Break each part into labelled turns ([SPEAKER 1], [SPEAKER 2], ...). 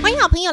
[SPEAKER 1] 欢迎好朋友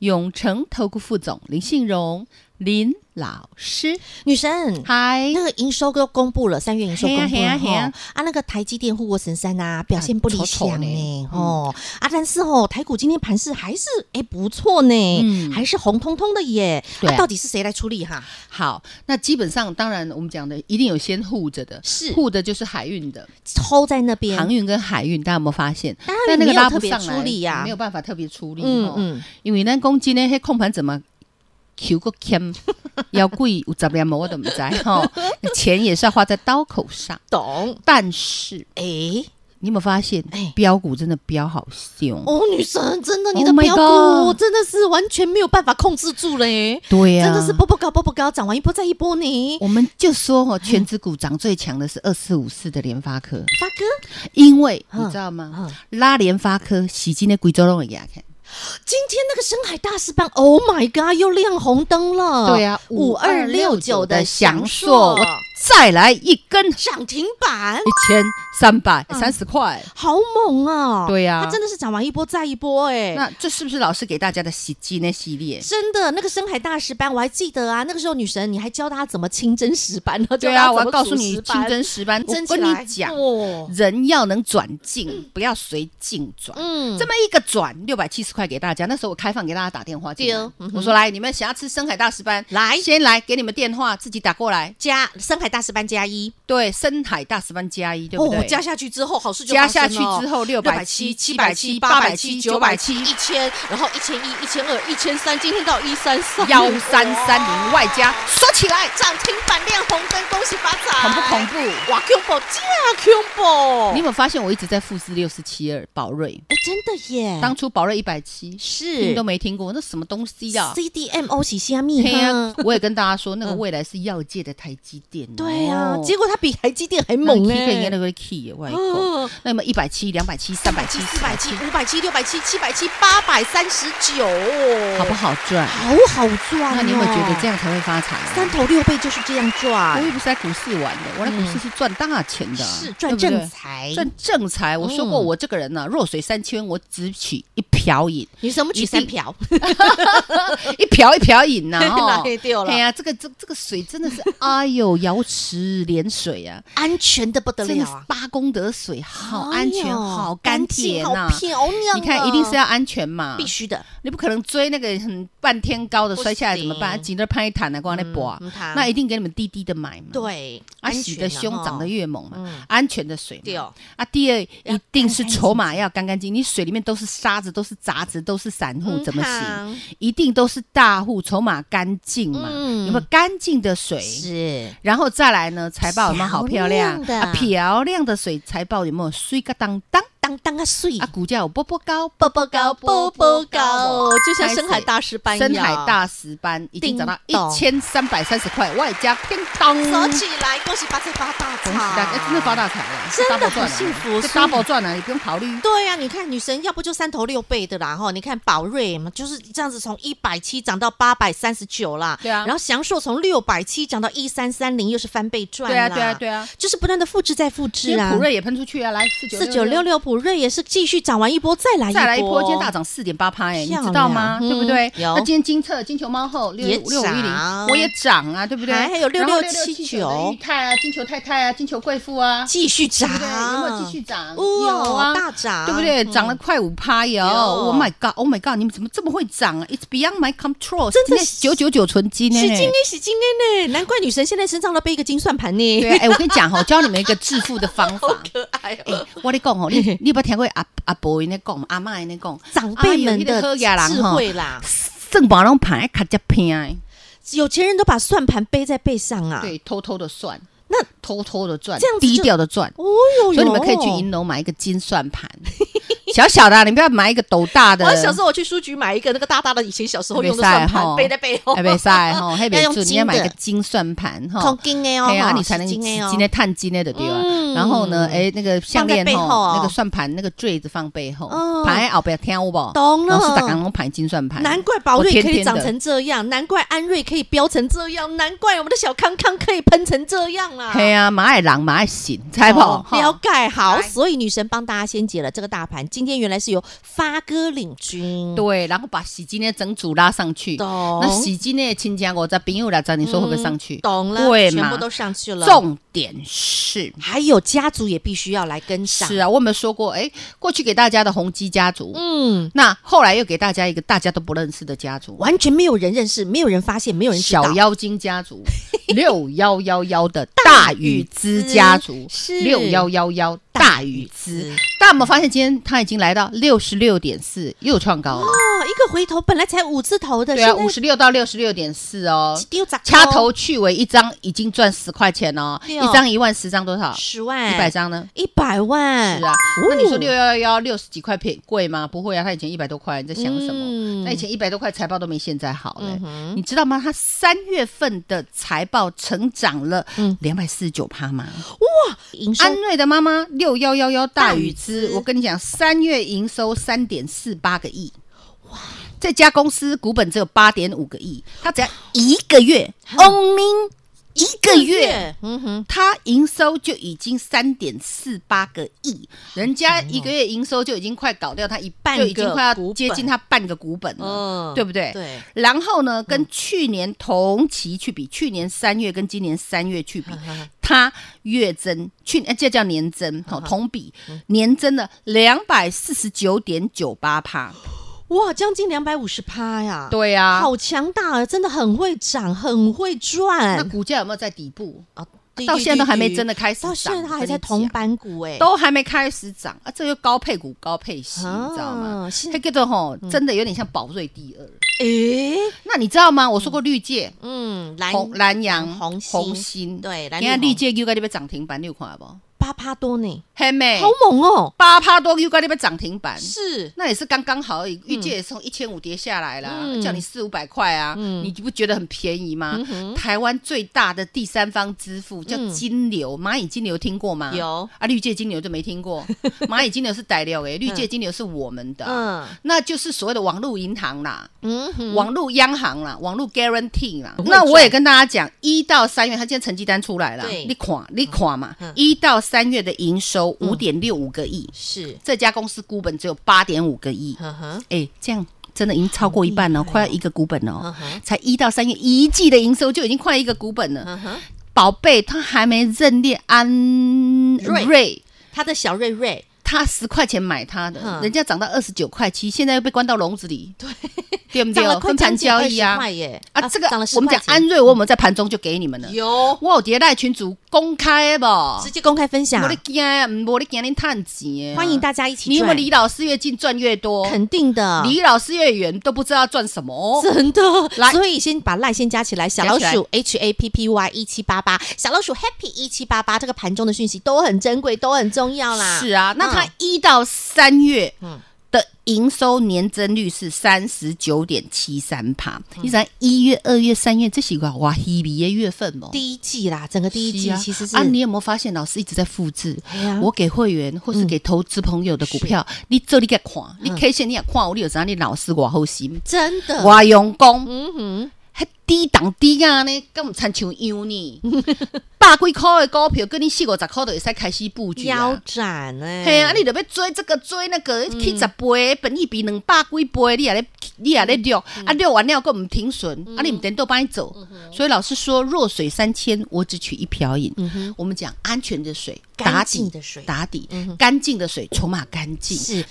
[SPEAKER 2] 永诚投顾副总林信荣林老师，
[SPEAKER 1] 女神，
[SPEAKER 2] 嗨
[SPEAKER 1] 那，个营收都公布了，三月营收公布
[SPEAKER 2] 嘿
[SPEAKER 1] 了
[SPEAKER 2] 呀嘿呀嘿
[SPEAKER 1] 吼
[SPEAKER 2] 呀
[SPEAKER 1] 啊，那个台积电、护国神山啊，表现不理
[SPEAKER 2] 丑丑
[SPEAKER 1] 想呢
[SPEAKER 2] 呢
[SPEAKER 1] 哦啊，但是哦，台股今天盘势还是哎不错呢，
[SPEAKER 2] 嗯
[SPEAKER 1] 还是红彤彤的耶。
[SPEAKER 2] 对
[SPEAKER 1] 啊到底是谁来出力哈？
[SPEAKER 2] 好，那基本上当然我们讲的一定有先护着的，
[SPEAKER 1] 是
[SPEAKER 2] 护的就是海运的
[SPEAKER 1] 抽在那边，
[SPEAKER 2] 航运跟海运，大家有没有发现？
[SPEAKER 1] 当然
[SPEAKER 2] 但那
[SPEAKER 1] 你
[SPEAKER 2] 个
[SPEAKER 1] 没有
[SPEAKER 2] 拉不
[SPEAKER 1] 特别
[SPEAKER 2] 上
[SPEAKER 1] 出
[SPEAKER 2] 来，
[SPEAKER 1] 力呀
[SPEAKER 2] 没有办法特别出力，
[SPEAKER 1] 嗯
[SPEAKER 2] 哦
[SPEAKER 1] 嗯，
[SPEAKER 2] 因为咱讲真诶，迄控盘怎么 Q 个 Cam 要贵有十两毛我都唔知吼，钱也是要花在刀口上。
[SPEAKER 1] 懂
[SPEAKER 2] 但是
[SPEAKER 1] 哎
[SPEAKER 2] 你有没有发现
[SPEAKER 1] 哎，
[SPEAKER 2] 标股真的标好凶？
[SPEAKER 1] 哦，女神真的，你的
[SPEAKER 2] Oh my
[SPEAKER 1] 标股
[SPEAKER 2] God
[SPEAKER 1] 真的是完全没有办法控制住嘞。
[SPEAKER 2] 对啊呀、
[SPEAKER 1] 真的是波波高波波高，涨完一波再一波呢。
[SPEAKER 2] 我们就说哦，全指股涨最强的是二四五四的联发科，
[SPEAKER 1] 发哥，
[SPEAKER 2] 因为
[SPEAKER 1] 嗯
[SPEAKER 2] 你知道吗？
[SPEAKER 1] 嗯
[SPEAKER 2] 拉联发科洗今天贵州都给牙看，
[SPEAKER 1] 今天那个深海大师班，Oh my god，又亮红灯了。
[SPEAKER 2] 对啊
[SPEAKER 1] 嗯五二六九的祥硕
[SPEAKER 2] 我再来一根一
[SPEAKER 1] 涨停板，
[SPEAKER 2] 千三百三十块，
[SPEAKER 1] 好猛啊！
[SPEAKER 2] 对啊
[SPEAKER 1] 它真的是涨完一波再一波哎、
[SPEAKER 2] 那这是不是老师给大家的洗鸡呢系列？
[SPEAKER 1] 真的，那个深海大师班我还记得啊，那个时候女神你还教她怎么清真石斑呢，教
[SPEAKER 2] 对啊，
[SPEAKER 1] 她
[SPEAKER 2] 我
[SPEAKER 1] 怎
[SPEAKER 2] 要
[SPEAKER 1] 么
[SPEAKER 2] 告诉
[SPEAKER 1] 煮
[SPEAKER 2] 你
[SPEAKER 1] 石，斑
[SPEAKER 2] 清真石斑，我
[SPEAKER 1] 蒸起
[SPEAKER 2] 跟
[SPEAKER 1] 来
[SPEAKER 2] 你讲，
[SPEAKER 1] 哦，
[SPEAKER 2] 人要能转进，不要随进转。
[SPEAKER 1] 嗯
[SPEAKER 2] 这么一个转六百七十块给大家，那时候我开放给大家打电话进来
[SPEAKER 1] 对哦嗯哼
[SPEAKER 2] 我说来，你们想要吃深海大石斑，
[SPEAKER 1] 来
[SPEAKER 2] 先来给你们电话，自己打过来。
[SPEAKER 1] 加深海大师班加一，
[SPEAKER 2] 对，深海大石斑加一，对不对？
[SPEAKER 1] 哦，加下去之后好事就发
[SPEAKER 2] 加
[SPEAKER 1] 生
[SPEAKER 2] 下去
[SPEAKER 1] 了
[SPEAKER 2] 之后，六
[SPEAKER 1] 六
[SPEAKER 2] 百
[SPEAKER 1] 百七、
[SPEAKER 2] 七、
[SPEAKER 1] 七
[SPEAKER 2] 七
[SPEAKER 1] 百
[SPEAKER 2] 百
[SPEAKER 1] 七、
[SPEAKER 2] 七、
[SPEAKER 1] 八
[SPEAKER 2] 八
[SPEAKER 1] 百
[SPEAKER 2] 百
[SPEAKER 1] 七、
[SPEAKER 2] 七、
[SPEAKER 1] 九
[SPEAKER 2] 九
[SPEAKER 1] 百
[SPEAKER 2] 百
[SPEAKER 1] 七、
[SPEAKER 2] 七、
[SPEAKER 1] 一千，然后一千一、一千二、一千三，今天到一三三
[SPEAKER 2] 幺三三零，外加，
[SPEAKER 1] 说起来涨停板亮红灯，恭喜发财，
[SPEAKER 2] 恐不 恐？怖？
[SPEAKER 1] 哇，Q 宝加 Q 宝，
[SPEAKER 2] 你有没有发现我一直在复制六四七二宝瑞？
[SPEAKER 1] 哎真的耶，
[SPEAKER 2] 当初宝瑞一百七，
[SPEAKER 1] 是
[SPEAKER 2] 听都没听过，那什么东西呀？
[SPEAKER 1] CDMO 洗哦虾米
[SPEAKER 2] 嘿 呀
[SPEAKER 1] 哈，，
[SPEAKER 2] 我也跟大家说，那个
[SPEAKER 1] 嗯
[SPEAKER 2] 未来是药界的台积电哦。
[SPEAKER 1] 对啊，结果它比台积电还
[SPEAKER 2] 那
[SPEAKER 1] 猛
[SPEAKER 2] K 跟人家
[SPEAKER 1] 哎
[SPEAKER 2] 那。个 K 外公，
[SPEAKER 1] 嗯
[SPEAKER 2] 那么一百七、两百七、三百七、
[SPEAKER 1] 四百七、五百七、六百七、七百七、八百三十九，
[SPEAKER 2] 好不好赚？
[SPEAKER 1] 好好赚、哦。
[SPEAKER 2] 那你有没有觉得这样才会发财？
[SPEAKER 1] 三头六臂就是这样
[SPEAKER 2] 我
[SPEAKER 1] 赚
[SPEAKER 2] 又，不是在股市玩的，我在股市是赚大钱的，
[SPEAKER 1] 啊是
[SPEAKER 2] 对
[SPEAKER 1] 赚
[SPEAKER 2] 不对
[SPEAKER 1] 正。财。嗯
[SPEAKER 2] 赚正财，我说过我这个人呢，弱水三千，我只取一瓢饮，
[SPEAKER 1] 你怎么取三瓢？
[SPEAKER 2] 一瓢一瓢 饮呐，哦
[SPEAKER 1] 嘿对了
[SPEAKER 2] 哎呀，这个这这个水真的是， 哎呦，瑶池莲水 啊，
[SPEAKER 1] 安全的不得
[SPEAKER 2] 真的
[SPEAKER 1] 了
[SPEAKER 2] 是
[SPEAKER 1] 啊！
[SPEAKER 2] 八公德水，好
[SPEAKER 1] 哎
[SPEAKER 2] 安
[SPEAKER 1] 呦
[SPEAKER 2] 全，好甘甜
[SPEAKER 1] 干净
[SPEAKER 2] 呐
[SPEAKER 1] 好。漂亮啊。
[SPEAKER 2] 你看，一定是要安全嘛，
[SPEAKER 1] 必须的，
[SPEAKER 2] 你不可能追那个很半天高的
[SPEAKER 1] 不
[SPEAKER 2] 摔下来怎么办？
[SPEAKER 1] 行
[SPEAKER 2] 紧着拍一弹啊，光那搏，
[SPEAKER 1] 嗯它
[SPEAKER 2] 那一定给你们低低的买嘛。，
[SPEAKER 1] 对，
[SPEAKER 2] 啊，
[SPEAKER 1] 安
[SPEAKER 2] 洗
[SPEAKER 1] 全
[SPEAKER 2] 得
[SPEAKER 1] 啊
[SPEAKER 2] 凶，
[SPEAKER 1] 哈
[SPEAKER 2] 长得越猛嘛
[SPEAKER 1] 嗯，
[SPEAKER 2] 安全的水
[SPEAKER 1] 对哦
[SPEAKER 2] 嘛。啊，第二
[SPEAKER 1] 要
[SPEAKER 2] 一定是筹码要干干净，你水里面都是沙子，都是杂质，都是散户，
[SPEAKER 1] 嗯
[SPEAKER 2] 怎么
[SPEAKER 1] 哈
[SPEAKER 2] 行？一定都是大户，筹码干净嘛，
[SPEAKER 1] 嗯
[SPEAKER 2] 有没有干净的水？
[SPEAKER 1] 是
[SPEAKER 2] 然后再来呢，财报有没有好漂亮
[SPEAKER 1] 漂亮的
[SPEAKER 2] 啊？漂亮的水财报有没有水个当当
[SPEAKER 1] 当当啊碎
[SPEAKER 2] 啊？股价有波波高，
[SPEAKER 1] 波波高，波波高，就像
[SPEAKER 2] 开
[SPEAKER 1] 深海
[SPEAKER 2] 始
[SPEAKER 1] 大师班一样，
[SPEAKER 2] 哎深海大石斑已经涨到
[SPEAKER 1] 叮
[SPEAKER 2] 一
[SPEAKER 1] 咚
[SPEAKER 2] 千三百三十块，外加叮当，
[SPEAKER 1] 走起来，恭喜发财发大财，
[SPEAKER 2] 恭喜大家，哎真的发大财了，
[SPEAKER 1] 真的
[SPEAKER 2] double
[SPEAKER 1] 很
[SPEAKER 2] 赚了
[SPEAKER 1] 幸福
[SPEAKER 2] 这
[SPEAKER 1] 所以
[SPEAKER 2] double 赚了，你不用考虑。
[SPEAKER 1] 对呀、啊，你看女神要不就三头六臂的啦，哈，你看宝瑞嘛，就是这样子从一百七涨到八百三十九啦，
[SPEAKER 2] 对啊
[SPEAKER 1] 然后祥硕从六百七涨到一三三零，又是翻倍赚
[SPEAKER 2] 对
[SPEAKER 1] 啦，
[SPEAKER 2] 啊，对啊，对啊，
[SPEAKER 1] 就是不断的复制再复
[SPEAKER 2] 今
[SPEAKER 1] 制
[SPEAKER 2] 天
[SPEAKER 1] 啊
[SPEAKER 2] 普。瑞也喷出去啊，来四九
[SPEAKER 1] 四九六六普瑞也是继续涨完一波，再来一波，
[SPEAKER 2] 再来一波，今天大涨四点八趴，哎，你
[SPEAKER 1] 漂亮
[SPEAKER 2] 知道吗？
[SPEAKER 1] 嗯
[SPEAKER 2] 对不对？
[SPEAKER 1] 有
[SPEAKER 2] 那今天金策、金球猫后六
[SPEAKER 1] 也
[SPEAKER 2] 五六五一
[SPEAKER 1] 涨
[SPEAKER 2] 零，我也涨啊，对不对？
[SPEAKER 1] 还还有
[SPEAKER 2] 然后
[SPEAKER 1] 6679
[SPEAKER 2] 6679的裕泰啊，金球太太啊，金球贵妇啊，
[SPEAKER 1] 继续
[SPEAKER 2] 对
[SPEAKER 1] 涨，
[SPEAKER 2] 不对？有没有继续涨？
[SPEAKER 1] 哇
[SPEAKER 2] 有啊，
[SPEAKER 1] 大涨，
[SPEAKER 2] 对不对？
[SPEAKER 1] 嗯
[SPEAKER 2] 涨了快五趴哟
[SPEAKER 1] 有
[SPEAKER 2] ！Oh my god！Oh my god！你们怎么这么会涨啊？It's beyond my control！
[SPEAKER 1] 真的是
[SPEAKER 2] 九九九纯金呢
[SPEAKER 1] 是？今天是今天呢，难怪女神现在身上都背一个金算盘呢，
[SPEAKER 2] 对 啊，哎，我跟你讲哈，我教你们一个致富的方 法。
[SPEAKER 1] 可爱
[SPEAKER 2] 哎
[SPEAKER 1] 哦，，
[SPEAKER 2] 我跟你讲哦， 你你有没有听过阿阿伯因咧讲嘛，阿妈因咧讲，
[SPEAKER 1] 长辈们
[SPEAKER 2] 哎呦那个
[SPEAKER 1] 的
[SPEAKER 2] 好野人
[SPEAKER 1] 智
[SPEAKER 2] 吼
[SPEAKER 1] 慧啦，
[SPEAKER 2] 算盘拢盘卡只偏的，
[SPEAKER 1] 有钱人都把算盘背在背上啊。，
[SPEAKER 2] 对，偷偷的算，
[SPEAKER 1] 那
[SPEAKER 2] 偷偷的赚，
[SPEAKER 1] 这样子
[SPEAKER 2] 低
[SPEAKER 1] 就
[SPEAKER 2] 调的赚。
[SPEAKER 1] 哦哟哟，
[SPEAKER 2] 所以你们可以去银楼买一个金算 盘，小小的啊、你不要买一个斗大的。
[SPEAKER 1] 我小时候我去书局买一个那个大大的，以前小时候用的算
[SPEAKER 2] 不可以
[SPEAKER 1] 盘
[SPEAKER 2] 吼
[SPEAKER 1] 背在背后，
[SPEAKER 2] 哎，没晒 哈，还没
[SPEAKER 1] 要用
[SPEAKER 2] 准，你
[SPEAKER 1] 金
[SPEAKER 2] 要买一
[SPEAKER 1] 的
[SPEAKER 2] 个金算盘哈，
[SPEAKER 1] 空金的哦，
[SPEAKER 2] 对啊，
[SPEAKER 1] 吼
[SPEAKER 2] 你才能
[SPEAKER 1] 是
[SPEAKER 2] 今
[SPEAKER 1] 金的哦嗯
[SPEAKER 2] 天探金的对吧？然后呢，哎，那个项链
[SPEAKER 1] 放在背后哦
[SPEAKER 2] 吼，那个算盘，那个坠子放背后
[SPEAKER 1] 哦，
[SPEAKER 2] 盘后边听有无？
[SPEAKER 1] 懂了
[SPEAKER 2] 老师打刚刚盘金算盘，
[SPEAKER 1] 难怪宝
[SPEAKER 2] 我
[SPEAKER 1] 瑞
[SPEAKER 2] 天
[SPEAKER 1] 可以
[SPEAKER 2] 天
[SPEAKER 1] 长
[SPEAKER 2] 的
[SPEAKER 1] 成这样，难怪安瑞可以飙成这样，难怪我们的小康康可以喷成这样啦。
[SPEAKER 2] 嘿啊，马爱狼马爱醒，猜不？
[SPEAKER 1] 哦
[SPEAKER 2] 哈
[SPEAKER 1] 了解好，
[SPEAKER 2] 来
[SPEAKER 1] 所以女神帮大家先解了这个大盘。今天原来是由发哥领军，
[SPEAKER 2] 对，然后把喜金的整组拉上去，
[SPEAKER 1] 懂
[SPEAKER 2] 那喜金的亲家我在朋友来找你说会不会上去？
[SPEAKER 1] 嗯懂了，
[SPEAKER 2] 对
[SPEAKER 1] 全
[SPEAKER 2] 嘛
[SPEAKER 1] 部都上去了。
[SPEAKER 2] 重点是。
[SPEAKER 1] 还有家族也必须要来跟上。
[SPEAKER 2] 是啊，我有没有说过？哎，过去给大家的宏基家族，
[SPEAKER 1] 嗯，
[SPEAKER 2] 那后来又给大家一个大家都不认识的家族，
[SPEAKER 1] 完全没有人认识，没有人发现，没有人知道
[SPEAKER 2] 小妖精家族， 六幺幺幺的大禹资家族，
[SPEAKER 1] 嗯是
[SPEAKER 2] 六幺幺幺大禹资
[SPEAKER 1] 子。
[SPEAKER 2] 大家有没有发现今天它已经来到六十六点四，又创高了？
[SPEAKER 1] 哦，一个回头本来才五字头的，
[SPEAKER 2] 对啊，
[SPEAKER 1] 现在
[SPEAKER 2] 五十六到六十六点四哦。
[SPEAKER 1] 丢砸
[SPEAKER 2] 掐头去尾，一张已经赚十块钱哦，
[SPEAKER 1] 对
[SPEAKER 2] 一
[SPEAKER 1] 哦
[SPEAKER 2] 张一万，十张多少？
[SPEAKER 1] 十万，
[SPEAKER 2] 一百张呢？
[SPEAKER 1] 一百万，
[SPEAKER 2] 是啊，那你说六幺幺幺六十几块便贵吗？不会啊，他以前一百多块，你在想什
[SPEAKER 1] 嗯
[SPEAKER 2] 么？那以前一百多块财报都没现在好嘞
[SPEAKER 1] 嗯。哼
[SPEAKER 2] 你知道吗？他三月份的财报成长了两百四十九趴嘛。
[SPEAKER 1] 营收
[SPEAKER 2] 安瑞的妈妈六幺幺幺大禹
[SPEAKER 1] 大禹
[SPEAKER 2] 资
[SPEAKER 1] 资，
[SPEAKER 2] 我跟你讲，三月营收三点四八个亿，哇！这家公司股本只有八点五个亿，他只要一个月，only 一个月。，
[SPEAKER 1] 嗯哼，
[SPEAKER 2] 它营收就已经三点四八个亿，人家一个月营收就已经快搞掉它一
[SPEAKER 1] 半
[SPEAKER 2] 半，
[SPEAKER 1] 个
[SPEAKER 2] 就已经快要
[SPEAKER 1] 股本
[SPEAKER 2] 接近它半个股本了，
[SPEAKER 1] 嗯，
[SPEAKER 2] 对不对？
[SPEAKER 1] 对，
[SPEAKER 2] 然后呢，跟去年同期去比，去年三月跟今年三月去比，
[SPEAKER 1] 嗯
[SPEAKER 2] 它月增，去呃这叫年增，哦，同比年增了两百四十九点九八趴。
[SPEAKER 1] 哇，将近两百五十趴呀，
[SPEAKER 2] 对呀、
[SPEAKER 1] 嗯好强大啊，真的很会涨，很会
[SPEAKER 2] 那
[SPEAKER 1] 赚
[SPEAKER 2] 股价有没有在底部？
[SPEAKER 1] 啊，对
[SPEAKER 2] 到现在都还没真，
[SPEAKER 1] 对对
[SPEAKER 2] 的开始
[SPEAKER 1] 对到现在
[SPEAKER 2] 涨，
[SPEAKER 1] 它
[SPEAKER 2] 我
[SPEAKER 1] 还
[SPEAKER 2] 跟
[SPEAKER 1] 在
[SPEAKER 2] 你
[SPEAKER 1] 同
[SPEAKER 2] 讲
[SPEAKER 1] 板股哎，
[SPEAKER 2] 都还没开始涨啊，这就高配股高配息，
[SPEAKER 1] 啊
[SPEAKER 2] 你知道吗
[SPEAKER 1] 是？嗯
[SPEAKER 2] 黑 get 吼，真的有点像宝瑞第二。
[SPEAKER 1] 诶，
[SPEAKER 2] 那你知道吗？我说过绿界、
[SPEAKER 1] 嗯，蓝
[SPEAKER 2] 红蓝阳、
[SPEAKER 1] 红星
[SPEAKER 2] 红星，
[SPEAKER 1] 对蓝
[SPEAKER 2] 你看
[SPEAKER 1] 绿红
[SPEAKER 2] 绿界 U 该那边涨停板，你有看到不？
[SPEAKER 1] 八趴多呢，
[SPEAKER 2] 黑妹
[SPEAKER 1] 好猛哦，
[SPEAKER 2] 八趴多 U 该那边涨停板，
[SPEAKER 1] 是
[SPEAKER 2] 那也是刚刚好而已。绿界也从一千五跌下来啦
[SPEAKER 1] 嗯，
[SPEAKER 2] 叫你四五百块啊，你不觉得很便宜吗？台湾最大的第三方支付叫
[SPEAKER 1] 嗯
[SPEAKER 2] 金流，蚂蚁金流听过吗？
[SPEAKER 1] 有，
[SPEAKER 2] 啊，绿界金牛就没 听过，蚂蚁金牛是逮料哎，绿界金牛是我们的啊，
[SPEAKER 1] 嗯
[SPEAKER 2] 那就是所谓的网络银行啦，
[SPEAKER 1] 嗯哼，
[SPEAKER 2] 网络央行啦，网络 guarantee 啦
[SPEAKER 1] 会。
[SPEAKER 2] 那我也跟大家讲，一到三月，它今天成绩单出来了
[SPEAKER 1] 对，嗯
[SPEAKER 2] 你垮你垮嘛，一到三月的营收五点六五个亿，
[SPEAKER 1] 是，嗯
[SPEAKER 2] 这家公司股本只有八点五个亿，
[SPEAKER 1] 呵呵，
[SPEAKER 2] 哎，这样。真的已经超过一半了，快要一个股本
[SPEAKER 1] 嗯
[SPEAKER 2] 哦
[SPEAKER 1] 哼，
[SPEAKER 2] 才一到三月一季的营收就已经快一个股本了。
[SPEAKER 1] 嗯哼，
[SPEAKER 2] 宝贝，它还没认列安
[SPEAKER 1] 瑞
[SPEAKER 2] 瑞
[SPEAKER 1] 他的小瑞瑞，
[SPEAKER 2] 他十块钱买他
[SPEAKER 1] 嗯
[SPEAKER 2] 的，人家涨到二十九块七，现在又被关到笼子里，对 对不
[SPEAKER 1] 涨了
[SPEAKER 2] 嗯对？
[SPEAKER 1] 快
[SPEAKER 2] 分
[SPEAKER 1] 将
[SPEAKER 2] 盘
[SPEAKER 1] 近
[SPEAKER 2] 交
[SPEAKER 1] 二
[SPEAKER 2] 易
[SPEAKER 1] 十
[SPEAKER 2] 啊
[SPEAKER 1] 块！耶！
[SPEAKER 2] 啊，这个
[SPEAKER 1] 涨了10
[SPEAKER 2] 我们讲
[SPEAKER 1] 块钱
[SPEAKER 2] 安瑞，我们在盘中就给你们了。
[SPEAKER 1] 有
[SPEAKER 2] 我有迭代群主公开不？
[SPEAKER 1] 直接公开分享
[SPEAKER 2] 我，的天，我的天，你探钱！
[SPEAKER 1] 啊欢迎
[SPEAKER 2] 家
[SPEAKER 1] 大家一起
[SPEAKER 2] 你有没有
[SPEAKER 1] 赚，
[SPEAKER 2] 离老师越近赚越多？
[SPEAKER 1] 肯定啊的，
[SPEAKER 2] 离老师越远都不知道赚什么。
[SPEAKER 1] 真的
[SPEAKER 2] 来
[SPEAKER 1] 所以先把赖先加起来，小老
[SPEAKER 2] 加起
[SPEAKER 1] 鼠 H A P P Y 一七八八，小老鼠 Happy 一七八八，这个盘中的讯息都很珍贵，都很重要啦。
[SPEAKER 2] 是啊，那它
[SPEAKER 1] 嗯
[SPEAKER 2] 一到三月
[SPEAKER 1] 嗯
[SPEAKER 2] 的营收年增率是三十九点七三帕。
[SPEAKER 1] 嗯
[SPEAKER 2] 你想一月、二月、三月这些个哇，稀微的月份哦。
[SPEAKER 1] 第一季啦，整个第一
[SPEAKER 2] 是
[SPEAKER 1] 季
[SPEAKER 2] 啊
[SPEAKER 1] 其实是
[SPEAKER 2] 啊，你有没有发现老师一直在复制
[SPEAKER 1] 哎呀？
[SPEAKER 2] 我给会员或是给投资朋友的股票，你这里给看，你
[SPEAKER 1] 嗯
[SPEAKER 2] K 线你也看，我有啥你老师我好心，
[SPEAKER 1] 真的，
[SPEAKER 2] 我用功。
[SPEAKER 1] 嗯哼，
[SPEAKER 2] 还低档低啊呢，敢唔参像 样呢？百几块的股票，跟你四五十块就会使开始布局
[SPEAKER 1] 腰
[SPEAKER 2] 啊。
[SPEAKER 1] 斩哎，
[SPEAKER 2] 嘿啊，你就要追这个追那个，去十倍，本益比两百几倍，你也咧你也
[SPEAKER 1] 嗯
[SPEAKER 2] 咧钓，啊钓完了更唔停损，啊你唔等都帮你走。
[SPEAKER 1] 嗯
[SPEAKER 2] 所以老师说，弱水三千，我只取一瓢饮。我们讲安全的水，
[SPEAKER 1] 嗯干
[SPEAKER 2] 打
[SPEAKER 1] 净
[SPEAKER 2] 底
[SPEAKER 1] 的水嗯
[SPEAKER 2] 打底，干净的水，筹码干净，
[SPEAKER 1] 是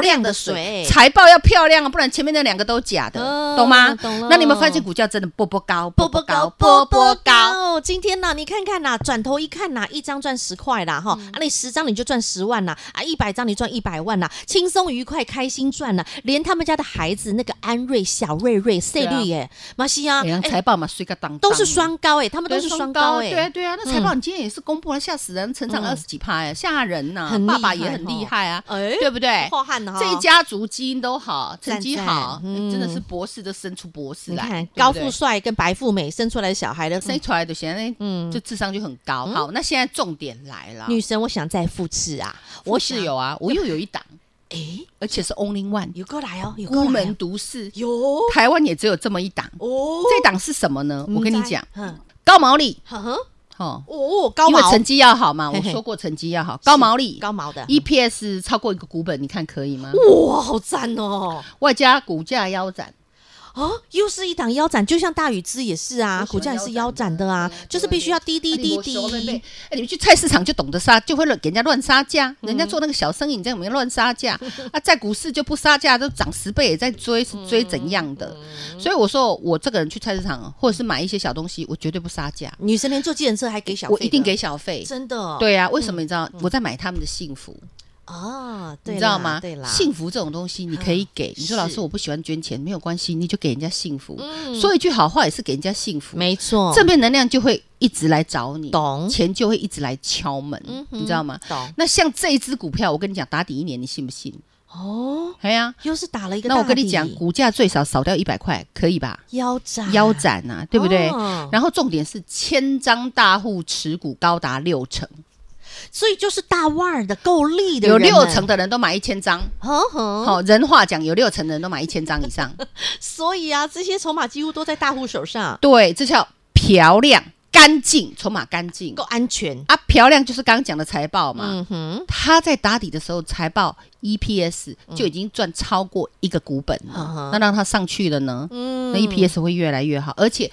[SPEAKER 1] 漂
[SPEAKER 2] 亮的
[SPEAKER 1] 亮的水
[SPEAKER 2] 水，财报要漂亮啊，不然前面那两个都假的
[SPEAKER 1] 哦，
[SPEAKER 2] 懂吗
[SPEAKER 1] 懂了？
[SPEAKER 2] 那你们发现股价真的波波高，
[SPEAKER 1] 波波高，
[SPEAKER 2] 波波
[SPEAKER 1] 波
[SPEAKER 2] 高。
[SPEAKER 1] 哦，今天呐，你看看呐，转头一看呐，一张赚十块啦，哈、啊，你十张你就赚十万啦，啊，一百张你赚一百万啦，轻松愉快，开心赚啦，连他们家的孩子那个安瑞、小瑞瑞、赛
[SPEAKER 2] 啊
[SPEAKER 1] 绿耶、马西亚，
[SPEAKER 2] 哎呀，
[SPEAKER 1] 哎
[SPEAKER 2] 财报嘛，水个当当
[SPEAKER 1] 都是双高哎，他们
[SPEAKER 2] 对
[SPEAKER 1] 都是双高
[SPEAKER 2] 对啊
[SPEAKER 1] 哎，嗯
[SPEAKER 2] 对啊，那财报你今天也是公布了，吓死人，成长二十几趴哎，吓人呐
[SPEAKER 1] 很！厉害
[SPEAKER 2] 爸爸也很厉害啊，
[SPEAKER 1] 哦哎
[SPEAKER 2] 对不对？
[SPEAKER 1] 浩瀚的哈
[SPEAKER 2] 这一家族基因都好，成绩好，哎
[SPEAKER 1] 赞赞嗯
[SPEAKER 2] 真的是博士都生出博士
[SPEAKER 1] 你
[SPEAKER 2] 来，
[SPEAKER 1] 看
[SPEAKER 2] 对不对
[SPEAKER 1] 高富帅跟白富美生出来的小孩的
[SPEAKER 2] 生出来的现在嗯，就智商就很高。好，那现在重点来了，
[SPEAKER 1] 女生，我想再复制啊，
[SPEAKER 2] 我
[SPEAKER 1] 我
[SPEAKER 2] 是
[SPEAKER 1] 想
[SPEAKER 2] 有啊，我又有一 档，
[SPEAKER 1] 哎，
[SPEAKER 2] 而且是 only one，
[SPEAKER 1] 有过来哦，有过
[SPEAKER 2] 孤
[SPEAKER 1] 来
[SPEAKER 2] 门
[SPEAKER 1] 哦
[SPEAKER 2] 独市，
[SPEAKER 1] 有
[SPEAKER 2] 台湾也只有这么一档。
[SPEAKER 1] 哦，
[SPEAKER 2] 这档是什么呢？我跟你
[SPEAKER 1] 唔知
[SPEAKER 2] 讲，，
[SPEAKER 1] 嗯，
[SPEAKER 2] 高毛利
[SPEAKER 1] 呵呵，
[SPEAKER 2] 哦，
[SPEAKER 1] 哦，高
[SPEAKER 2] 因为
[SPEAKER 1] 毛
[SPEAKER 2] 成绩要好嘛，我
[SPEAKER 1] 嘿嘿
[SPEAKER 2] 说过成绩要好，高毛利
[SPEAKER 1] 高毛的，
[SPEAKER 2] EPS E 超过一个股本，你看可以吗？
[SPEAKER 1] 哇，好赞哦！
[SPEAKER 2] 外加股价腰斩，
[SPEAKER 1] 啊，又是一档腰斩，就像大禹之也是啊，
[SPEAKER 2] 我喜欢
[SPEAKER 1] 股价也是腰斩的啊
[SPEAKER 2] 腰斩的对啊，
[SPEAKER 1] 就是必须要滴滴滴滴
[SPEAKER 2] 啊你没熟。对不对哎，你们去菜市场就懂得杀，就会乱给人家乱杀价。
[SPEAKER 1] 嗯
[SPEAKER 2] 人家做那个小生意，你在里面乱杀价 啊，在股市就不杀价，都涨十倍也在追，
[SPEAKER 1] 嗯
[SPEAKER 2] 是追怎样的？所以我说，我这个人去菜市场或者是买一些小东西，我绝对不杀价，
[SPEAKER 1] 女生连坐计程车还给小费的，
[SPEAKER 2] 我一定给小费。
[SPEAKER 1] 真的哦。
[SPEAKER 2] 对啊，为什么你知道？我在买他们的幸福，
[SPEAKER 1] 啊，对
[SPEAKER 2] 你
[SPEAKER 1] 啦
[SPEAKER 2] 知道吗
[SPEAKER 1] 对啦，？
[SPEAKER 2] 幸福这种东西，你可以给。你说
[SPEAKER 1] 是
[SPEAKER 2] 老师，我不喜欢捐钱，没有关系，你就给人家幸福。
[SPEAKER 1] 嗯
[SPEAKER 2] 说一句好话也是给人家幸福。
[SPEAKER 1] 没错，
[SPEAKER 2] 正面能量就会一直来找你，
[SPEAKER 1] 哦懂嗯
[SPEAKER 2] 钱就会一直来敲门，
[SPEAKER 1] 哼
[SPEAKER 2] 你知道吗？
[SPEAKER 1] 懂
[SPEAKER 2] 那像这一只股票，我跟你讲，打底一年，你信不信？
[SPEAKER 1] 哦，
[SPEAKER 2] 哎呀、
[SPEAKER 1] 又是打了一个大
[SPEAKER 2] 那
[SPEAKER 1] 底。
[SPEAKER 2] 我跟你讲，股价最少少掉一百块，可以吧？
[SPEAKER 1] 腰斩，
[SPEAKER 2] 腰斩啊，对不对？
[SPEAKER 1] 哦
[SPEAKER 2] 然后重点是千张大户持股高达六成，
[SPEAKER 1] 所以就是大腕儿的够力的
[SPEAKER 2] 有
[SPEAKER 1] 人呢，啊哦
[SPEAKER 2] 六成的人都买一千张。
[SPEAKER 1] 呵呵，
[SPEAKER 2] 好、人话讲，有六成的人都买一千张 以上。
[SPEAKER 1] 所以啊，这些筹码几乎都在大户手上，
[SPEAKER 2] 对，这叫漂亮、干净，筹码干净
[SPEAKER 1] 够安全。
[SPEAKER 2] 啊！漂亮就是刚刚讲的财报嘛。
[SPEAKER 1] 嗯哼，
[SPEAKER 2] 他在打底的时候，财报 EPS 就已经赚超过一个股本了，
[SPEAKER 1] 嗯哼
[SPEAKER 2] 那让它上去了呢，
[SPEAKER 1] 嗯
[SPEAKER 2] 那 EPS 会越来越好，而且。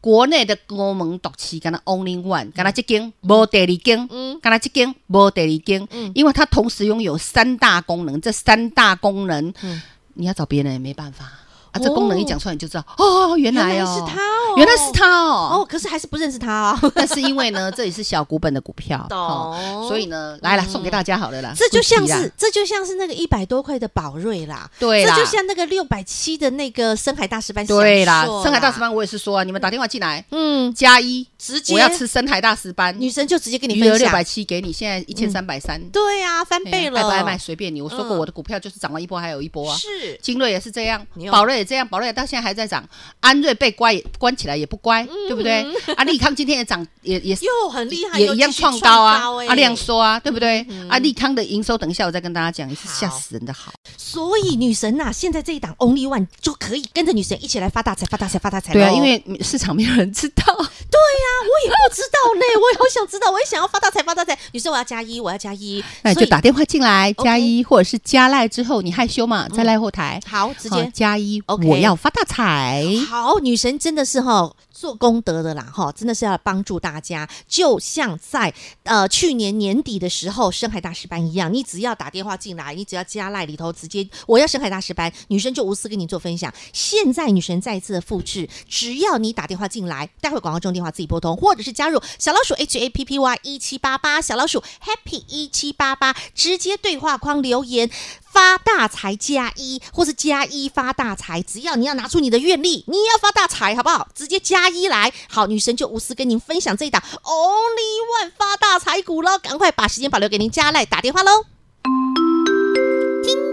[SPEAKER 2] 国内的国门独企，跟他 only one，跟他这间无第二间，
[SPEAKER 1] 嗯
[SPEAKER 2] 跟他这间无第二间，因为它同时拥有三大功能，这三大功能，
[SPEAKER 1] 嗯
[SPEAKER 2] 你要找别人也没办法啊。这功能一讲出来你就知道，哦，原来
[SPEAKER 1] 哦原来
[SPEAKER 2] 哦，
[SPEAKER 1] 是他哦
[SPEAKER 2] 原来是他哦，
[SPEAKER 1] 哦，可是还是不认识他哦。
[SPEAKER 2] 但是因为呢，这里是小股本的股票，
[SPEAKER 1] 懂
[SPEAKER 2] 哦所以呢，来了送给大家好了啦。
[SPEAKER 1] 这就像
[SPEAKER 2] 不急
[SPEAKER 1] 是
[SPEAKER 2] 啦，
[SPEAKER 1] 这就像是那个一百多块的宝瑞啦，
[SPEAKER 2] 对
[SPEAKER 1] 这
[SPEAKER 2] 啦，
[SPEAKER 1] 就像那个六百七的那个深海大石斑，
[SPEAKER 2] 对啦
[SPEAKER 1] 享受，
[SPEAKER 2] 深海大石，斑我也是说啊，你们打电话进来
[SPEAKER 1] 嗯，
[SPEAKER 2] 加一，
[SPEAKER 1] 直接
[SPEAKER 2] 我要吃深海大石斑，
[SPEAKER 1] 女神就直接跟你
[SPEAKER 2] 余额
[SPEAKER 1] 分
[SPEAKER 2] 六
[SPEAKER 1] 享，
[SPEAKER 2] 百七给你，现在一千三百三，
[SPEAKER 1] 对啊，翻
[SPEAKER 2] 哎
[SPEAKER 1] 倍
[SPEAKER 2] 呀
[SPEAKER 1] 了，
[SPEAKER 2] 爱不爱卖随便你。我说过
[SPEAKER 1] 嗯
[SPEAKER 2] 我的股票就是涨完一波还有一波啊。
[SPEAKER 1] 是
[SPEAKER 2] 精锐也是这样
[SPEAKER 1] 你，有
[SPEAKER 2] 宝瑞也这样，宝瑞到现在还在涨，安瑞被关也关起来也不乖，对 不对？啊，利康今天也涨，也也
[SPEAKER 1] 又很嗯厉害，
[SPEAKER 2] 也
[SPEAKER 1] 又
[SPEAKER 2] 一样
[SPEAKER 1] 继续
[SPEAKER 2] 创高啊，
[SPEAKER 1] 哎
[SPEAKER 2] 啊量缩啊，对不对？啊利康的营收，等一下我再跟大家讲，也是
[SPEAKER 1] 嗯好
[SPEAKER 2] 吓死人的好。
[SPEAKER 1] 所以女神呐、现在这一档 Only One 就可以跟着女神一起来发大财、发大财、发大财咯。
[SPEAKER 2] 对啊，因为市场没有人知 道，
[SPEAKER 1] 对呀、我也不知道呢，我也好想知道，我也想要发大财、发大财。女生，我要加一，我要加一，
[SPEAKER 2] 那你
[SPEAKER 1] 所
[SPEAKER 2] 就
[SPEAKER 1] 以
[SPEAKER 2] 打电话进来
[SPEAKER 1] OK
[SPEAKER 2] 加一，或者是加赖之后你害羞嘛，在赖后台
[SPEAKER 1] 好，直
[SPEAKER 2] 好
[SPEAKER 1] 接
[SPEAKER 2] 加一，
[SPEAKER 1] OK
[SPEAKER 2] 我要发大财。
[SPEAKER 1] 好，女神真的是哈做功德的啦哈，真的是要帮助大家。就像在呃去年年底的时候，深海大石斑一样，你只要打电话进来，你只要加赖里头直接我要深海大石斑，女神就无私跟你做分享。现在女神再一次的复制，只要你打电话进来，待会广告中电话自己拨通，或者是加入小老鼠 H A P P Y 一七八八，小老鼠 Happy 一七八八，直接对话框留言。发大财加一，或是加一发大财，只要你要拿出你的愿力，你也要发大财，好不好？直接加一来，好，女神就无私跟您分享这一档 Only One 发大财股喽，赶快把时间保留给您加来打电话喽。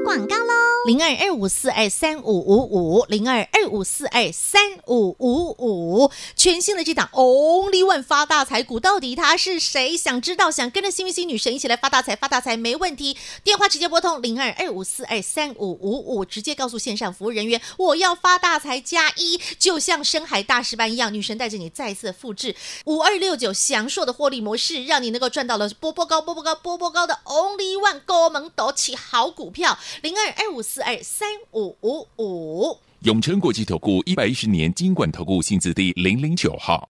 [SPEAKER 1] 广告喽，零二二五四二三五五五，零二二五四二三五五五，全新的这档 Only One 发大财股，到底它是谁？想知道，想跟着幸运星女神一起来发大财，发大财没问题，电话直接拨通零二二五四二三五五五，直接告诉线上服务人员，我要发大财加一，就像深海大石斑一样，女神带着你再次复制五二六九祥硕的获利模式，让你能够赚到了波波高、波波高、波波高的 Only One 高盟抖起好股票，零二二五四二三五五五。
[SPEAKER 3] 永诚国际投顾一百一十年金管投顾性质第零零九号。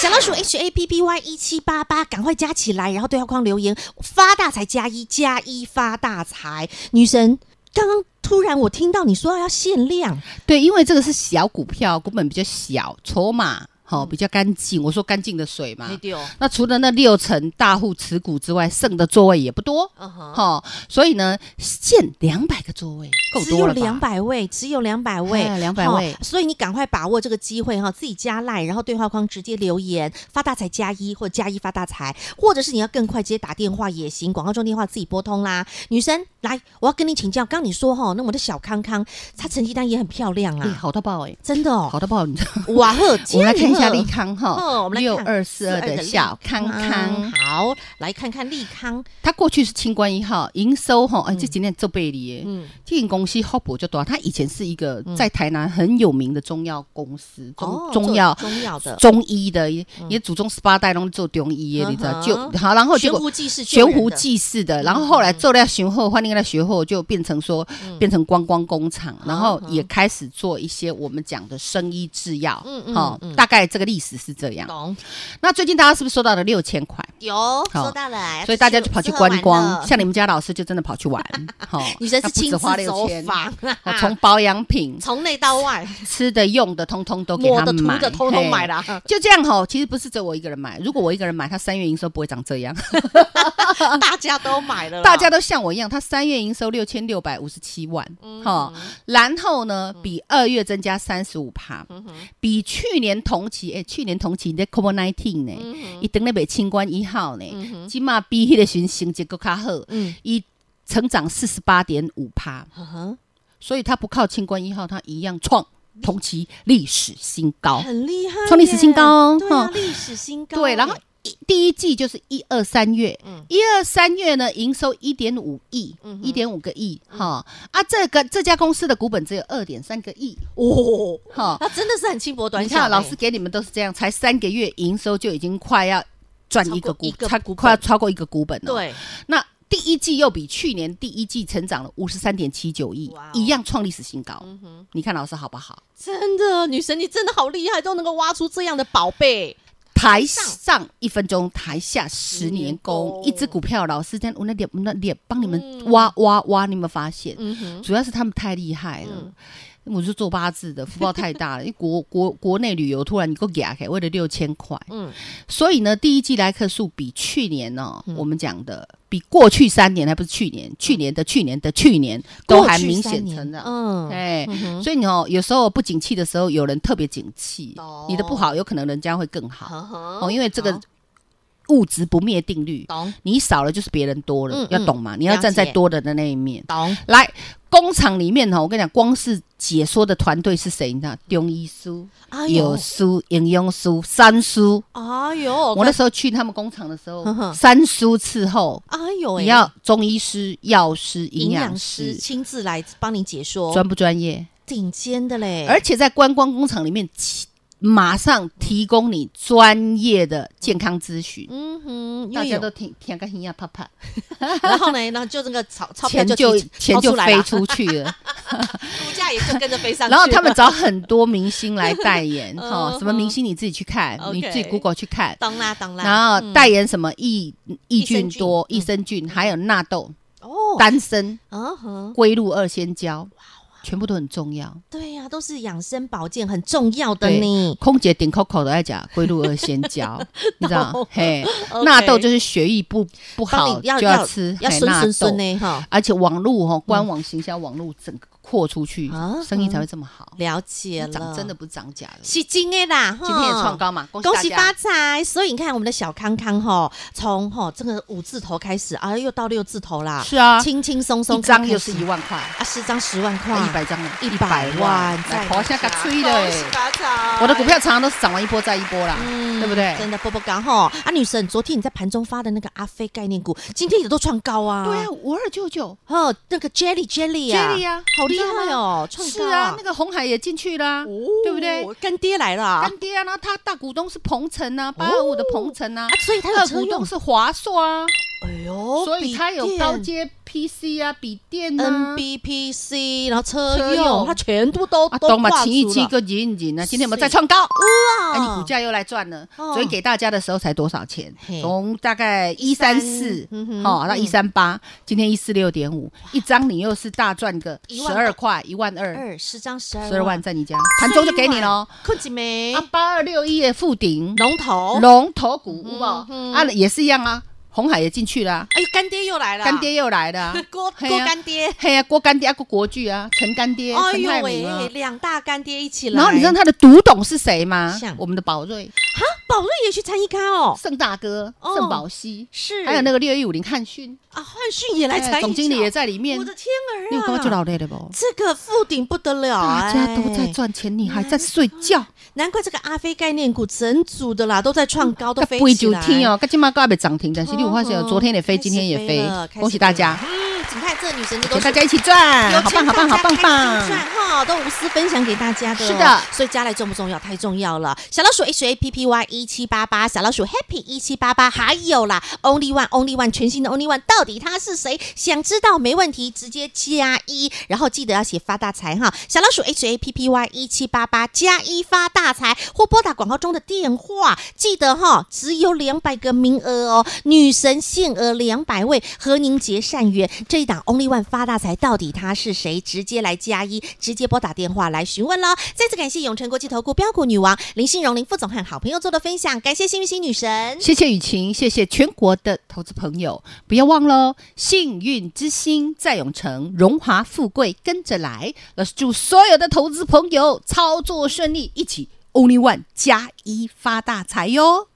[SPEAKER 1] 小老鼠 H A P P Y 一七八八，赶快加起来，然后对话框留言发大财加一加一发大财。女神刚刚突然我听到你说要限量，
[SPEAKER 2] 对，因为这个是小股票，股本比较小，筹码
[SPEAKER 1] 嗯
[SPEAKER 2] 好、比较干净。我说干净的水嘛。
[SPEAKER 1] 丢，
[SPEAKER 2] 那除了那六成大户持股之外，剩的座位也不多，
[SPEAKER 1] 嗯哼，
[SPEAKER 2] 哈、所以呢，限两百个座位，够
[SPEAKER 1] 只
[SPEAKER 2] 多
[SPEAKER 1] 有
[SPEAKER 2] 了吧？
[SPEAKER 1] 两百位，只有两百位，
[SPEAKER 2] 哎200
[SPEAKER 1] 哈
[SPEAKER 2] 位
[SPEAKER 1] 所以你赶快把握这个机会哈，自己加赖，然后对话框直接留言发大财加一，或者加一发大财，或者是你要更快，直接打电话也行，广告中电话自己拨通啦。女生，来，我要跟你请教，刚你说哈，那我的小康康，她成绩单也很漂亮
[SPEAKER 2] 哎、
[SPEAKER 1] 啊，
[SPEAKER 2] 好到爆哎、
[SPEAKER 1] 真的哦，
[SPEAKER 2] 好到爆！你知道吗，
[SPEAKER 1] 哇呵，
[SPEAKER 2] 我们来
[SPEAKER 1] 这样
[SPEAKER 2] 看一下
[SPEAKER 1] 呵
[SPEAKER 2] 利康
[SPEAKER 1] 哦
[SPEAKER 2] 哈
[SPEAKER 1] 我，们来
[SPEAKER 2] 六
[SPEAKER 1] 看
[SPEAKER 2] 二四二
[SPEAKER 1] 42
[SPEAKER 2] 的
[SPEAKER 1] 的
[SPEAKER 2] 小康
[SPEAKER 1] 康
[SPEAKER 2] 康，
[SPEAKER 1] 嗯好，来看看利康，
[SPEAKER 2] 他过去是清官一号，营收哈，哎，这几年做贝利耶，
[SPEAKER 1] 嗯，
[SPEAKER 2] 这间公司 h o p 就多，他以前是一个
[SPEAKER 1] 嗯哦
[SPEAKER 2] 在台南很有名的中药公司，中中药
[SPEAKER 1] 做中药的，
[SPEAKER 2] 中医的，也也祖宗十八代都做中
[SPEAKER 1] 嗯
[SPEAKER 2] 医的，
[SPEAKER 1] 哼
[SPEAKER 2] 你知道？就好，然后结
[SPEAKER 1] 悬
[SPEAKER 2] 果
[SPEAKER 1] 壶济世救
[SPEAKER 2] 悬
[SPEAKER 1] 人的，嗯
[SPEAKER 2] 壶济世的，然后后来做了学后，换另外学后就变成说
[SPEAKER 1] 嗯
[SPEAKER 2] 变成观光工厂，然后也开始做一些我们讲的生医制药，
[SPEAKER 1] 嗯嗯
[SPEAKER 2] 哦
[SPEAKER 1] 嗯，
[SPEAKER 2] 大概这个历史是这样。
[SPEAKER 1] 懂。
[SPEAKER 2] 那最近大家是不是收到了六千块？
[SPEAKER 1] 有
[SPEAKER 2] 好
[SPEAKER 1] 收到了，
[SPEAKER 2] 所以大家就跑去观
[SPEAKER 1] 吃喝玩
[SPEAKER 2] 光，
[SPEAKER 1] 乐
[SPEAKER 2] 像你们家老师就真的跑 去玩，好，
[SPEAKER 1] 女生
[SPEAKER 2] 他
[SPEAKER 1] 是
[SPEAKER 2] 不止
[SPEAKER 1] 亲
[SPEAKER 2] 花
[SPEAKER 1] 自走
[SPEAKER 2] 6000
[SPEAKER 1] 访，啊
[SPEAKER 2] 哦从保养品、
[SPEAKER 1] 从内到外，
[SPEAKER 2] 吃的、用的，通通都给
[SPEAKER 1] 抹
[SPEAKER 2] 他
[SPEAKER 1] 的、涂
[SPEAKER 2] 买，
[SPEAKER 1] 的，通通买
[SPEAKER 2] 了。
[SPEAKER 1] 了。
[SPEAKER 2] 就这样吼，其实不是只有我一个人买，如果我一个人买，他三月营收不会长这样。
[SPEAKER 1] 大家都买了啦，
[SPEAKER 2] 啊大家都像我一样，他三月营收六千六百五十七万，哈、然后呢，比二月增加三十五趴，比去年同期，哎、去年同期你在 COVID nineteen 呢，一等那北清关一号呢，起码比迄个巡行结构较好，
[SPEAKER 1] 嗯
[SPEAKER 2] 一成长四十八点五趴，
[SPEAKER 1] 呵呵
[SPEAKER 2] 所以它不靠清关一号，它一样创同期历史新 高。
[SPEAKER 1] 很厉害耶，
[SPEAKER 2] 创历史新高哦
[SPEAKER 1] 对啊，
[SPEAKER 2] 嗯
[SPEAKER 1] 历史新高耶。
[SPEAKER 2] 对，然后一第一季就是一二三月
[SPEAKER 1] 嗯，
[SPEAKER 2] 一二三月呢营收一点五亿，一点五个亿
[SPEAKER 1] 嗯
[SPEAKER 2] 哈啊，这个这家公司的股本只有二点三个亿
[SPEAKER 1] 哦，
[SPEAKER 2] 哈。
[SPEAKER 1] 那真的是很轻薄短
[SPEAKER 2] 你
[SPEAKER 1] 小欸
[SPEAKER 2] 看啊
[SPEAKER 1] 嘞。
[SPEAKER 2] 老师给你们都是这样，才三个月营收就已经快要赚一个
[SPEAKER 1] 超过一
[SPEAKER 2] 股，
[SPEAKER 1] 个
[SPEAKER 2] 差
[SPEAKER 1] 股本
[SPEAKER 2] 快要超过一个股本了。，
[SPEAKER 1] 对，
[SPEAKER 2] 那第一季又比去年第一季成长了五十三点七九亿
[SPEAKER 1] 哇哦，嗯
[SPEAKER 2] 一样创历史新高。你看老师好不好？
[SPEAKER 1] 真的女神，你真的好厉害，都能够挖出这样的宝贝。
[SPEAKER 2] 台上一分钟，台下十年
[SPEAKER 1] 十年功
[SPEAKER 2] 功。一只股票，老师这样，我那脸，我那脸帮你们挖挖挖，你有没有发现？
[SPEAKER 1] 嗯哼，嗯
[SPEAKER 2] 主要是他们太厉害了。我是做八字的，福报太大了。因为国 国国内旅游突然你给我给开，为了六千块，
[SPEAKER 1] 嗯
[SPEAKER 2] 所以呢，第一季来客数比去年呢、我们讲的比过去三年，还不是去
[SPEAKER 1] 嗯
[SPEAKER 2] 年，去年的去年的去年都还明显成长。
[SPEAKER 1] 嗯，
[SPEAKER 2] 哎，所以你哦，有时候不景气的时候，有人特别景气
[SPEAKER 1] 懂，
[SPEAKER 2] 你的不好有可能人家会更好
[SPEAKER 1] 呵呵
[SPEAKER 2] 哦，因为这
[SPEAKER 1] 好
[SPEAKER 2] 个物质不灭定律，
[SPEAKER 1] 懂
[SPEAKER 2] 你少了就是别人多了
[SPEAKER 1] 嗯，
[SPEAKER 2] 要
[SPEAKER 1] 嗯
[SPEAKER 2] 懂嘛，你要
[SPEAKER 1] 了
[SPEAKER 2] 站在
[SPEAKER 1] 解
[SPEAKER 2] 多的的那一面。
[SPEAKER 1] 懂，
[SPEAKER 2] 来，工厂里面哈，我跟你讲，光是解说的团队是谁？你知道，中医师、
[SPEAKER 1] 哎
[SPEAKER 2] 有
[SPEAKER 1] 呦，
[SPEAKER 2] 师、营养师、三师。
[SPEAKER 1] 哎呦，
[SPEAKER 2] 我那时候去他们工厂的时
[SPEAKER 1] 呵呵
[SPEAKER 2] 候，三师伺候，
[SPEAKER 1] 哎呦，哎
[SPEAKER 2] 你要中医师、药师、营
[SPEAKER 1] 营
[SPEAKER 2] 养
[SPEAKER 1] 养师
[SPEAKER 2] 师，
[SPEAKER 1] 亲自来帮你解说，
[SPEAKER 2] 专不专业？
[SPEAKER 1] 顶尖的嘞，
[SPEAKER 2] 而且在观光工厂里面，起马上提供你专业的健康咨询。
[SPEAKER 1] 嗯哼，因
[SPEAKER 2] 大
[SPEAKER 1] 为
[SPEAKER 2] 家
[SPEAKER 1] 有
[SPEAKER 2] 都听听个听呀，啪啪，
[SPEAKER 1] 然后呢，然后就这个 钞钞票
[SPEAKER 2] 钱
[SPEAKER 1] 就
[SPEAKER 2] 就
[SPEAKER 1] 提
[SPEAKER 2] 钱
[SPEAKER 1] 掏
[SPEAKER 2] 就
[SPEAKER 1] 出来
[SPEAKER 2] 飞
[SPEAKER 1] 了
[SPEAKER 2] 出去 了。
[SPEAKER 1] 股价也就跟着飞上去了。
[SPEAKER 2] 然后他们找很多明星来代言，哈
[SPEAKER 1] 嗯，
[SPEAKER 2] 什么明星你自己去看
[SPEAKER 1] OK，嗯
[SPEAKER 2] 你自己 Google 去看。
[SPEAKER 1] 当啦当啦，
[SPEAKER 2] 然后代言什么益益菌多、
[SPEAKER 1] 益
[SPEAKER 2] 益生菌，还有纳豆、
[SPEAKER 1] 嗯哦，
[SPEAKER 2] 丹参、
[SPEAKER 1] 嗯哼，
[SPEAKER 2] 龟鹿二仙胶，全部都很重要。
[SPEAKER 1] 对呀，都是养生保健很重要的
[SPEAKER 2] 对
[SPEAKER 1] 呢。
[SPEAKER 2] 空姐顶 Coco 都在讲龟鹿二仙 胶，你知道
[SPEAKER 1] 懂？
[SPEAKER 2] 嘿
[SPEAKER 1] OK，
[SPEAKER 2] 纳豆就是血液不不
[SPEAKER 1] 帮
[SPEAKER 2] 好
[SPEAKER 1] 你
[SPEAKER 2] 就
[SPEAKER 1] 要
[SPEAKER 2] 要吃
[SPEAKER 1] 要
[SPEAKER 2] 嘿
[SPEAKER 1] 顺
[SPEAKER 2] 纳
[SPEAKER 1] 顺顺
[SPEAKER 2] 豆，
[SPEAKER 1] 呢哈，
[SPEAKER 2] 而且网络哈，官网行销网络整个扩出去
[SPEAKER 1] 啊，
[SPEAKER 2] 生意才会这么好。
[SPEAKER 1] 了解了，
[SPEAKER 2] 涨真的不是涨假的，
[SPEAKER 1] 是真的啦，
[SPEAKER 2] 今天也
[SPEAKER 1] 哈
[SPEAKER 2] 创。高嘛，恭喜
[SPEAKER 1] 恭
[SPEAKER 2] 大
[SPEAKER 1] 喜
[SPEAKER 2] 家
[SPEAKER 1] 发财！所以你看，我们的小康康哈，从哈这个五字头开始啊，又到六字头啦，
[SPEAKER 2] 是啊，
[SPEAKER 1] 轻轻松松
[SPEAKER 2] 一张
[SPEAKER 1] 开
[SPEAKER 2] 又
[SPEAKER 1] 始
[SPEAKER 2] 是一万块，
[SPEAKER 1] 啊，十张十万块，
[SPEAKER 2] 一百张了，
[SPEAKER 1] 一百万，
[SPEAKER 2] 来，
[SPEAKER 1] 跑
[SPEAKER 2] 跑
[SPEAKER 1] 下
[SPEAKER 2] 下
[SPEAKER 1] 个
[SPEAKER 2] 个
[SPEAKER 1] 吹
[SPEAKER 2] 吹
[SPEAKER 1] 的
[SPEAKER 2] 的
[SPEAKER 1] 欸
[SPEAKER 2] 欸。，我的股票常常都是涨完一波再一波啦，
[SPEAKER 1] 嗯
[SPEAKER 2] 对不对？
[SPEAKER 1] 真的波波高哈啊！女神，昨天你在盘中发的那个阿飞概念股，今天也都创高啊！
[SPEAKER 2] 对啊，，五二九九
[SPEAKER 1] 哦，那个 Jelly Jelly 啊
[SPEAKER 2] Jelly 啊
[SPEAKER 1] 好厉害哦，创
[SPEAKER 2] 是
[SPEAKER 1] 高哦
[SPEAKER 2] 啊，那个红海也进去啦，对不对？？
[SPEAKER 1] 干爹来了啊！
[SPEAKER 2] 干爹啊，然后他大股东是鹏程啊，八二五的鹏程啊
[SPEAKER 1] 哦啊，所以他有
[SPEAKER 2] 二
[SPEAKER 1] 车
[SPEAKER 2] 股
[SPEAKER 1] 用
[SPEAKER 2] 东，是华硕啊，
[SPEAKER 1] 哎呦
[SPEAKER 2] 所以他有高，阶 PC 啊、笔电啊。
[SPEAKER 1] NBPC，然后车
[SPEAKER 2] 车
[SPEAKER 1] 用，
[SPEAKER 2] 用
[SPEAKER 1] 它全部都
[SPEAKER 2] 啊，
[SPEAKER 1] 都
[SPEAKER 2] 懂
[SPEAKER 1] 挂
[SPEAKER 2] 嘛？
[SPEAKER 1] 住
[SPEAKER 2] 情意机
[SPEAKER 1] 了。啊
[SPEAKER 2] 个忍忍啊，今天我们再创高，哇！哎，你股价又来赚了。
[SPEAKER 1] 哦
[SPEAKER 2] 所以给大家的时候才多少钱
[SPEAKER 1] 嘿？
[SPEAKER 2] 从大概一三四
[SPEAKER 1] 嗯哼，
[SPEAKER 2] 好到
[SPEAKER 1] 嗯
[SPEAKER 2] 一三八，今天一四六点五，一张你又是大赚个
[SPEAKER 1] 一
[SPEAKER 2] 十
[SPEAKER 1] 万
[SPEAKER 2] 二块，一万二，
[SPEAKER 1] 二十张十
[SPEAKER 2] 十二
[SPEAKER 1] 二
[SPEAKER 2] 万，在你家，盘中就给你喽。
[SPEAKER 1] 困几枚
[SPEAKER 2] 啊，八二六一的附顶
[SPEAKER 1] 龙头，
[SPEAKER 2] 龙头股，有
[SPEAKER 1] 嗯
[SPEAKER 2] 无？
[SPEAKER 1] 哼
[SPEAKER 2] 啊，也是一样啊，红海也进去了啊，
[SPEAKER 1] 哎呦，干爹又来了，
[SPEAKER 2] 干爹又 来了啊，
[SPEAKER 1] 郭郭
[SPEAKER 2] 嘿啊
[SPEAKER 1] 干爹，
[SPEAKER 2] 嘿呀，郭干爹啊，郭国巨啊，陈干爹，
[SPEAKER 1] 哎
[SPEAKER 2] 陈
[SPEAKER 1] 呦
[SPEAKER 2] 泰明啊
[SPEAKER 1] 喂，。两大干爹一起来。
[SPEAKER 2] 然后你知道他的独董是谁吗
[SPEAKER 1] 像？
[SPEAKER 2] 我们的宝瑞、
[SPEAKER 1] 宝瑞也去参一咖哦，
[SPEAKER 2] 盛大哥、
[SPEAKER 1] 哦
[SPEAKER 2] 盛宝熙，
[SPEAKER 1] 是，
[SPEAKER 2] 还有那
[SPEAKER 1] 个
[SPEAKER 2] 个六一五零汉讯，
[SPEAKER 1] 啊，焕训也来参
[SPEAKER 2] 哎
[SPEAKER 1] 一，
[SPEAKER 2] 总经理也，在里面
[SPEAKER 1] 我。的天儿啊，
[SPEAKER 2] 你有刚刚就老累了不？
[SPEAKER 1] 这个富顶不得了，
[SPEAKER 2] 大家都在
[SPEAKER 1] 哎嗯
[SPEAKER 2] 赚钱，你还在睡觉，
[SPEAKER 1] 难怪这个阿飞概念股整组的啦，都在创高，都
[SPEAKER 2] 那
[SPEAKER 1] 飞
[SPEAKER 2] 不会
[SPEAKER 1] 起
[SPEAKER 2] 就
[SPEAKER 1] 来。
[SPEAKER 2] 听哦，跟今麦高还没涨停，但是你有发现哦，
[SPEAKER 1] 嗯
[SPEAKER 2] 昨天也飞，今天也飞，恭喜大家，
[SPEAKER 1] 嗯，景泰这女神的都
[SPEAKER 2] 给
[SPEAKER 1] 是
[SPEAKER 2] 大。家一起赚，
[SPEAKER 1] 有
[SPEAKER 2] 好
[SPEAKER 1] 钱
[SPEAKER 2] 棒好棒好棒
[SPEAKER 1] 大家开心赚
[SPEAKER 2] 棒！
[SPEAKER 1] 哈，都无私分享给大家的哦。
[SPEAKER 2] 是的
[SPEAKER 1] 所以家来重不重要？太重要了。小老鼠 H A P P Y 一七八八，小老鼠 Happy 一七八八，还有啦，Only One Only One 全新的 Only One，到底他是谁？想知道没问题，直接加一，然后记得要写发大财哈。小老鼠 H A P P Y 一七八八加一发大财，或拨打广告中的电话，记得哈，只有两百个名额哦，女神限额两百位，和您结善缘。这一档 Only One 发大财，到底他是谁？直接来加一，直接拨打电话来询问喽。再次感谢永诚国际投顾标股女王林信荣林副总和好朋友做的分享，感谢幸运星女神。
[SPEAKER 2] 谢谢雨晴，谢谢全国的投资朋友，不要忘了哦，幸运之星在永城，荣华富贵跟着来。老师祝所有的投资朋友操作顺利，一起 Only One 加一发大财哟！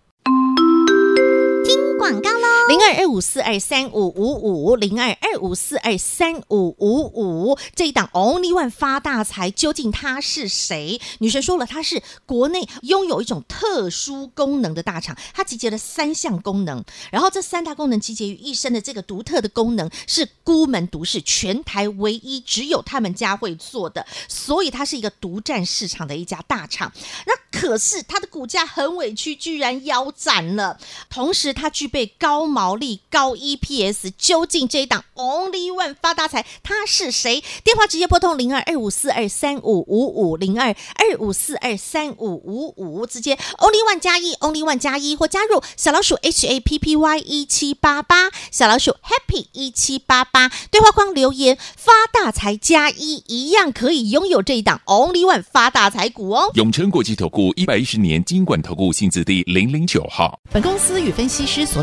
[SPEAKER 1] 广告喽，零二二五四二三五五五，零二二五四二三五五五。这一档 Only One 发大财，究竟他是谁？女神说了，他是国内拥有一种特殊功能的大厂，它集结了三项功能，然后这三大功能集结于一身的这个独特的功能，是孤门独市，全台唯一只有他们家会做的，所以它是一个独占市场的一家大厂。那可是它的股价很委屈，居然腰斩了。同时，它具备高毛利、高 EPS。究竟这一档 Only One 发大财，它是谁？电话直接拨通零二二五四二三五五五零二二五四二三五五五，直接 Only One 加一，Only One 加一，或加入小老鼠 H A P P Y 一七八八，小老鼠 Happy 一七八八，对话框留言发大财加一，一样可以拥有这一档 Only One 发大财股哦。
[SPEAKER 3] 永诚国际投顾一百一十年金管投顾性质第零零九号。
[SPEAKER 4] 本公司与分析师所